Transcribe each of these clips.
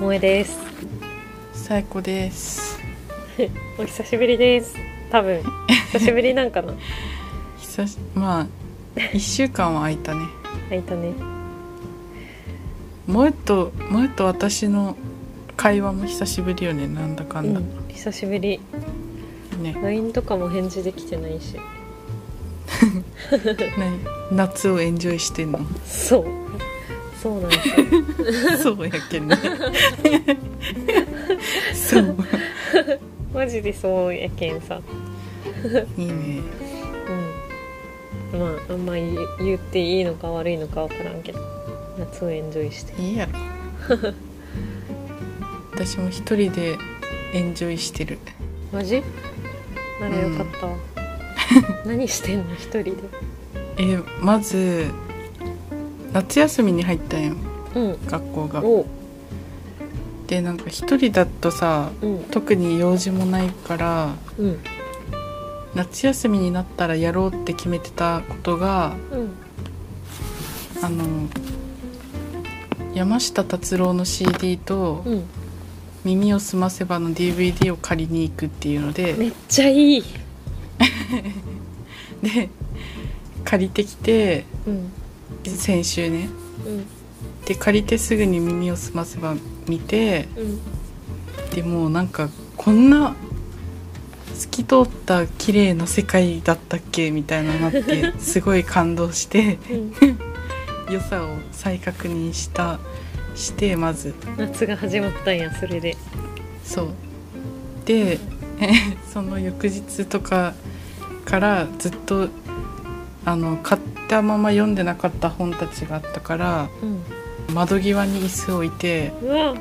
萌えです最高ですお久しぶりです多 分久しぶりなんかな久しまあ1週間は空いたねあいたね萌えと萌えと私の会話も久しぶりよねなんだかうんだ、ん久しぶりね LINE とかも返事できてないし何夏をエンジョイしてんの そうそうなん ですよそうやけんねそうマジでそうやけんさいいねうんまああんま言言っていいのか悪いのかわからんけど夏をエンジョイしていいやろ私も一人でエンジョイしてるマジならよかったわ、 何してんの一人でえまず夏休みに入ったんようん学校がおでなんか一人だとさうん特に用事もないからうん夏休みになったらやろうって決めてたことがうんあの山下達郎の CD とうん「耳をすませば」の DVD を借りに行くっていうのでめっちゃいいで借りてきてうん先週ねうんで借りてすぐに「耳をすませば」見てうんでもうなんかこんな透き通った綺麗な世界だったっけみたいななってすごい感動してうん良さを再確認したしてまず夏が始まったんやそれでそうで その翌日とかからずっとあの買ったまま読んでなかった本たちがあったからうん窓際に椅子を置いてうわ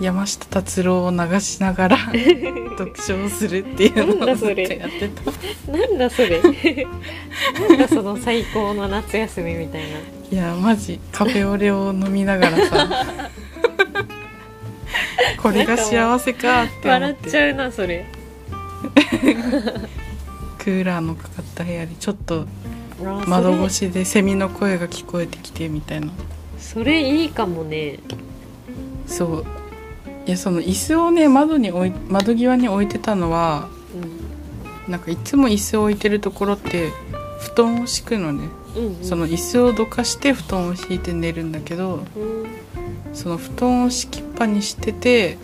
山下達郎を流しな がら読書をするっていうなんのをだずそっとれやってたなんだ それなんだその最高の夏休みみたいないやマジカフェオレを飲みなが らさこれが幸せかって思笑っっちゃてうなそれクーラーのかかった部屋でちょっとあ窓越しでセミの声が聞こえてきてみたいなそれいいかもねそういやその椅子をね窓に置い窓際に置いてたのはなんかいつも椅子を置いてるところって布団を敷くのねうんうんうんその椅子をどかして布団を敷いて寝るんだけどうんその布団を敷きっぱにしてて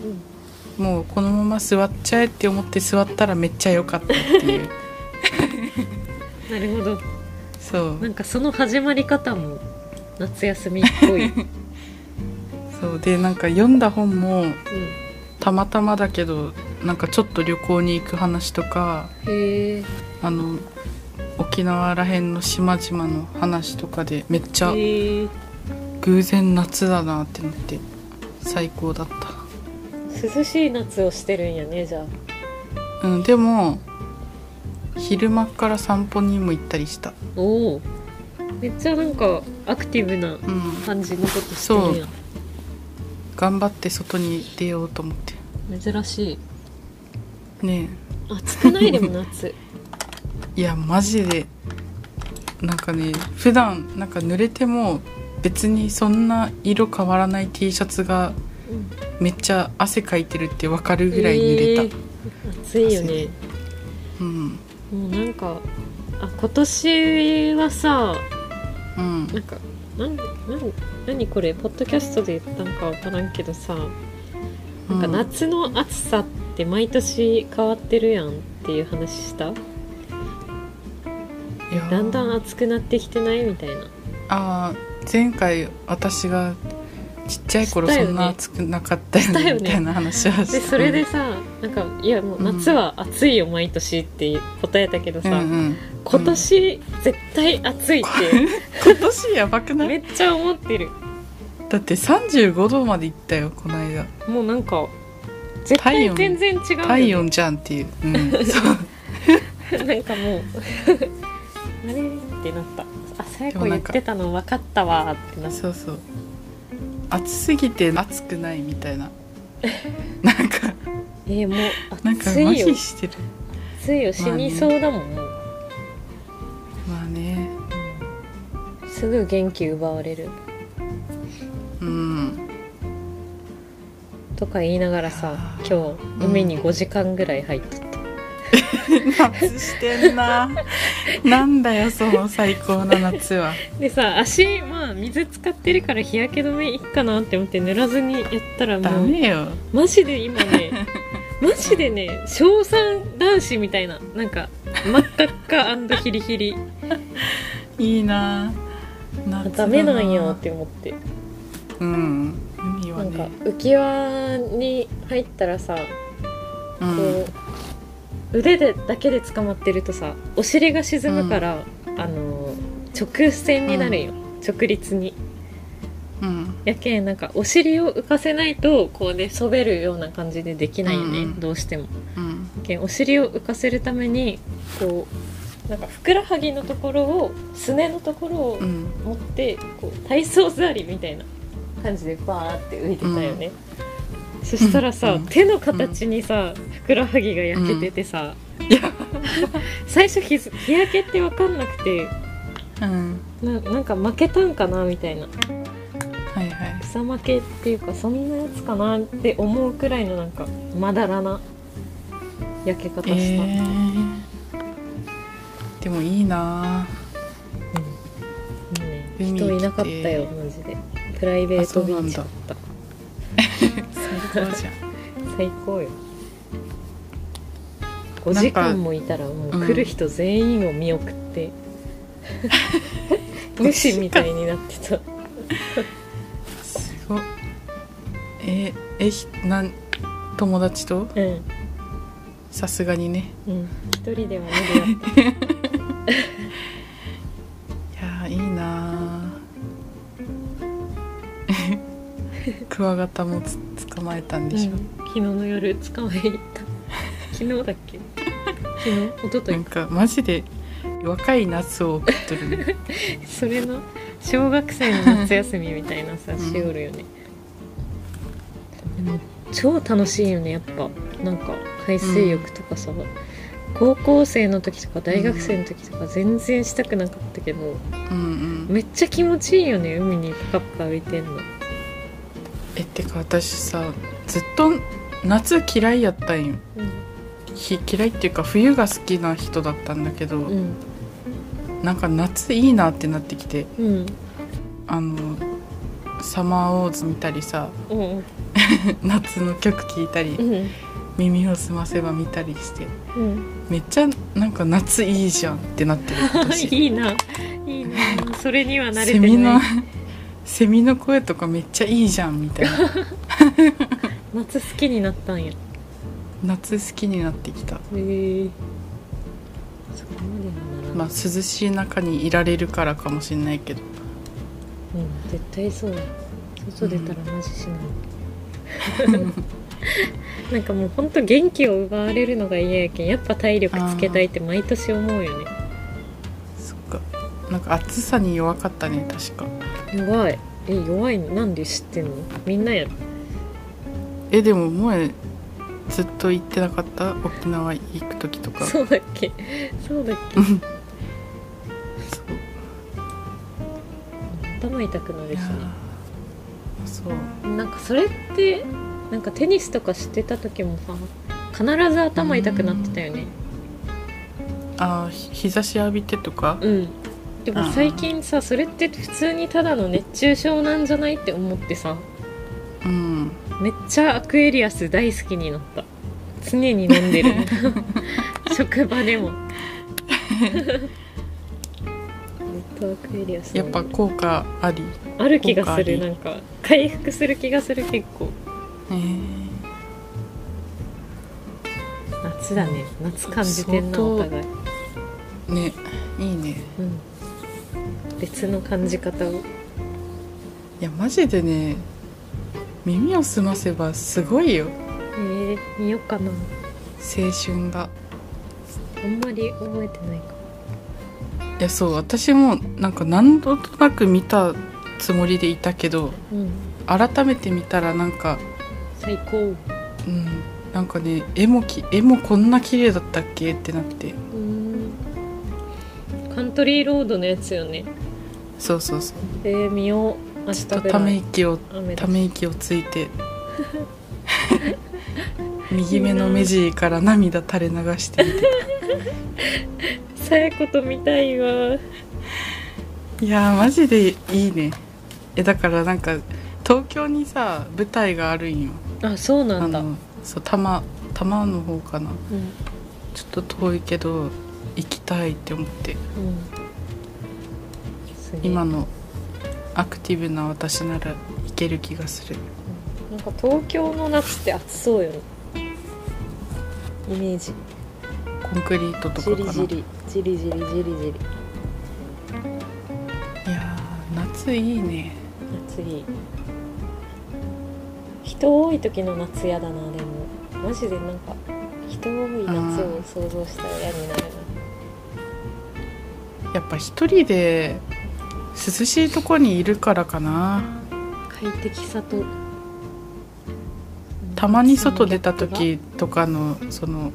うんもうこのまま座っちゃえって思って座ったらめっちゃ良かったっていうなるほどそうなんかその始まり方も夏休みっぽ い、うん、そうでなんか読んだ本もたまたまだけどなんかちょっと旅行に行く話とかへえあの沖縄らへんの島々の話とかでめっちゃへえ偶然夏だなってなって最高だった、涼しい夏をしてるんやねじゃあうん、でも昼間から散歩にも行ったりしたおおめっちゃなんかアクティブなうん感じのことしてるやん頑張って外に出ようと思って珍しいね暑くないでも 夏えいやマジでなんかね普段なんか濡れても別にそんな色変わらない T シャツがうんめっちゃ汗かいてるってわかるぐらい濡れた、えー暑いよねうんもうなんかあ今年はさうんなんかなんなん何これポッドキャストで言ったんかわからんけどさなんかうん夏の暑さって毎年変わってるやんっていう話したいやーだんだん暑くなってきてないみたいなあー前回私がちっちゃい頃したそよねんな暑くなかったよしたよねねみたいな話をしてでそれでさなんかいやもう夏は暑いよ毎年って答えたけどうさ、ん うん、今年絶対暑いっ今年やばくてなめいっちゃ思ってるだって35度までいったよこの間もうなんか絶対全然違うよね体温じゃんっていう、うん、そ うなんかもうあれってなったあさやでもこ言なんっかてたの分かったわーってなったそうそう暑すぎて暑くないみた いななんかえーもうなんか暑麻いよ痺してる暑いよ死にそうだもん、まあねすぐ元気奪われるうんとか言いながらさ今日海に5時間ぐらい入っとった、夏してんななんだよその最高な夏はでさ足まあ水使ってるから日焼け止めいいかなって思って塗らずにやったらダもうメよマジで今 ねマジでね小三男子みたいななんか真っ赤っかヒリヒリいいな夏ダメなんやって思ってうん海なはんかね浮き輪に入ったらさうこんう腕でだけで捕まってるとさお尻が沈むから、あの直線になるんよ、直立にうんやけんなんかお尻を浮かせないとこうねそべるような感じでできないよね、うんうんどうしてもうんけんお尻を浮かせるためにこうなんかふくらはぎのところをすねのところをうん持ってこう体操座りみたいな感じでバーって浮いてたよね、そしたらさ、うん手の形にさふくらはぎが焼けててさ、いや 最初日日焼けって分かんなくてうんななんか負けたんかなみたいなはいはい草負けっていうかそんなやつかなって思うくらいのなんかまだらな焼け方した、えーでもいいなうんもうね海人いなかったよ行マジでプライベートビーチだった 最高じゃん最高よ5時間もいたらもう来る人全員を見送って、無視みたいになってたすごっええひなん友達とうんさすがにねうん一人では無理だっいやーいいなークワガタもつ捕まえたんたでしょ、昨日の夜捕まえに行った昨日だっけ 昨日一昨なんかマジで若い夏を送って るね日それの小学生の夏休みみたいなさんしおるよね、でも超楽しいよねやっぱなんか海水浴とかさ、高校生の時とか大学生の時とか全然したくなかったけど、うんうんめっちゃ気持ちいいよね海にプカプカ浮いてんのえってか私さずっと夏嫌いやったんようひ嫌いっていうか冬が好きな人だったんだけど、んなんか夏いいなってなってきてうんあのサマーウォーズ見たりさ うん夏の曲聴いたりうん耳を澄ませば見たりしてうんめっちゃなんか夏いいじゃんってなってる 私いいないいなそれには慣れセてミなの いセミの声とかめっちゃいいじゃんみた いな夏好きになったんやへ夏好きになってきたえそこまではならない、まあ涼しい中にいられるからかもしれないけどうん、絶対そうや外出たらマジしない、なんかもうほんと元気を奪われるのが嫌やけんやっぱ体力つけたいって毎年思うよねそっかなんか暑さに弱かったね確か弱いえ弱いのなんで知ってんのみんなやろえでも前ずっと行ってなかった沖縄行く時とかそうだっけそうだっけそう頭痛くなるいしやねーそうなんかそれってなんかテニスとかしてた時もさ必ず頭痛くなってたよねあーひ日差し浴びてとかうん、でも最近さそれって普通にただの熱中症なんじゃないって思ってさうんめっちゃアクエリアス大好きになった常に飲んで る職場で もずっとアクエリアス飲やんっでるぱ効果ありある気がす効る果あなんか回復する気がする結構え夏だね夏感じてんな相当お互いーねいいねうん、別の感じ方をいやマジでね耳を澄ませばすごいよえー、見ようかな青春があんまり覚えてないかいやそう私もなんか何度となく見たつもりでいたけどうん改めて見たらなんか最高うんなんかね絵もき絵もこんな綺麗だったっけってなってうんカントリーロードのやつよねそうそうそうえー、見よう明日ちょっぐとたらめい息を雨だため息をついて 右目の目尻から涙垂れ流してみてさやこと見たいわいやーマジでいいねえだからなんか東京にさ舞台があるんよあそうなあんだ、のそう多摩多摩の方かなうんちょっと遠いけど行きたいって思ってうんすげえ今のアクティブな私なら行ける気がするうんなんか東京の夏って暑そうよねイメージコンクリートとじかかりなじりじりじりじりじりいやー夏いいね夏いい人多い時の夏嫌だなでもマジでなんか人多い夏を想像したら嫌になるやっぱ一人で涼しいとこにいるからかなな快適さとたまに外出た時とかのその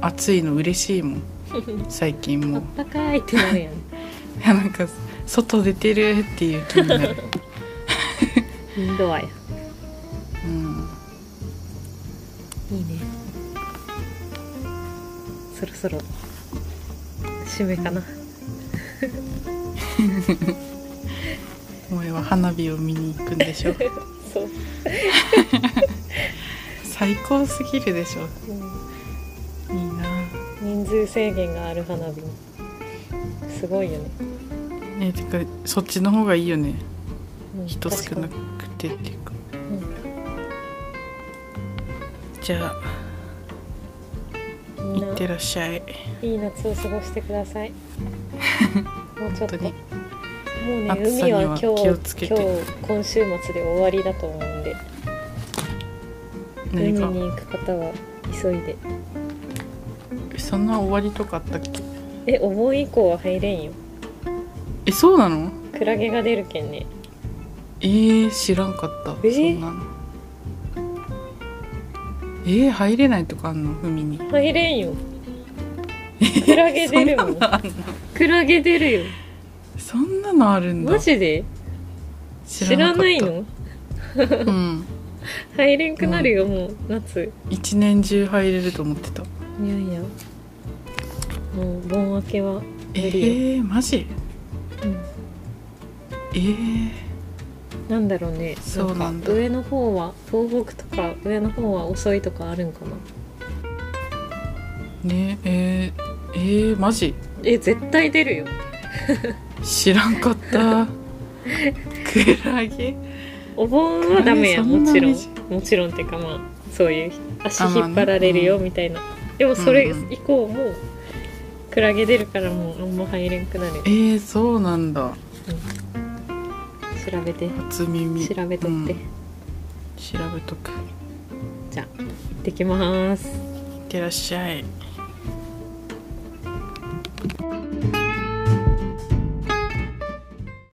暑いの嬉しい もん最近あも っうたかいってなるやんいやなんか外出てるっていう気になる、インドアやうん、いいねそろそろ締めかなお前は花火を見に行くんで しょそう、最高すぎるでしょうんいいな人数制限がある花火すごいよね、えてかそっちの方がいいよねうん人少確なかくてっていうかにじゃあうんみんいなってらっしゃいいい夏を過ごしてくだ さいもうちょ本っと当もにうね暑さ海にはは今日気をつけて今日今週末で終わりだと思うんで海何に行かく方は急いでそんな終わりとかあったっけえお盆以降は入れんよえそうなのクラゲが出るけんねえー、知らんかった、えそんなのえー、入れないとかあんの海に入れんよクラゲ出る もんクラゲ出るよそんなのあるんだマジで知らかったないのうん入れんくなるよ、もう夏一年中入れると思ってたいやいやもう盆明けはえ無理よ、ー、マジうんえー、なんだろうねそうなんだか上の方は東北とか上の方は遅いとかあるんかなねえー、えー、マジえ絶対出るよ知らんかっ たクラゲお盆はダメやクラもゲちろんそんもちろんってかまあそういう足あまあね引っ張られるようみたいな、でもそれうんうん以降も、クラゲ出るからもうあんま入れんくなるよえー、そうなんだ調べて初耳調べとって、うん行調べとくいってきますってらっしゃい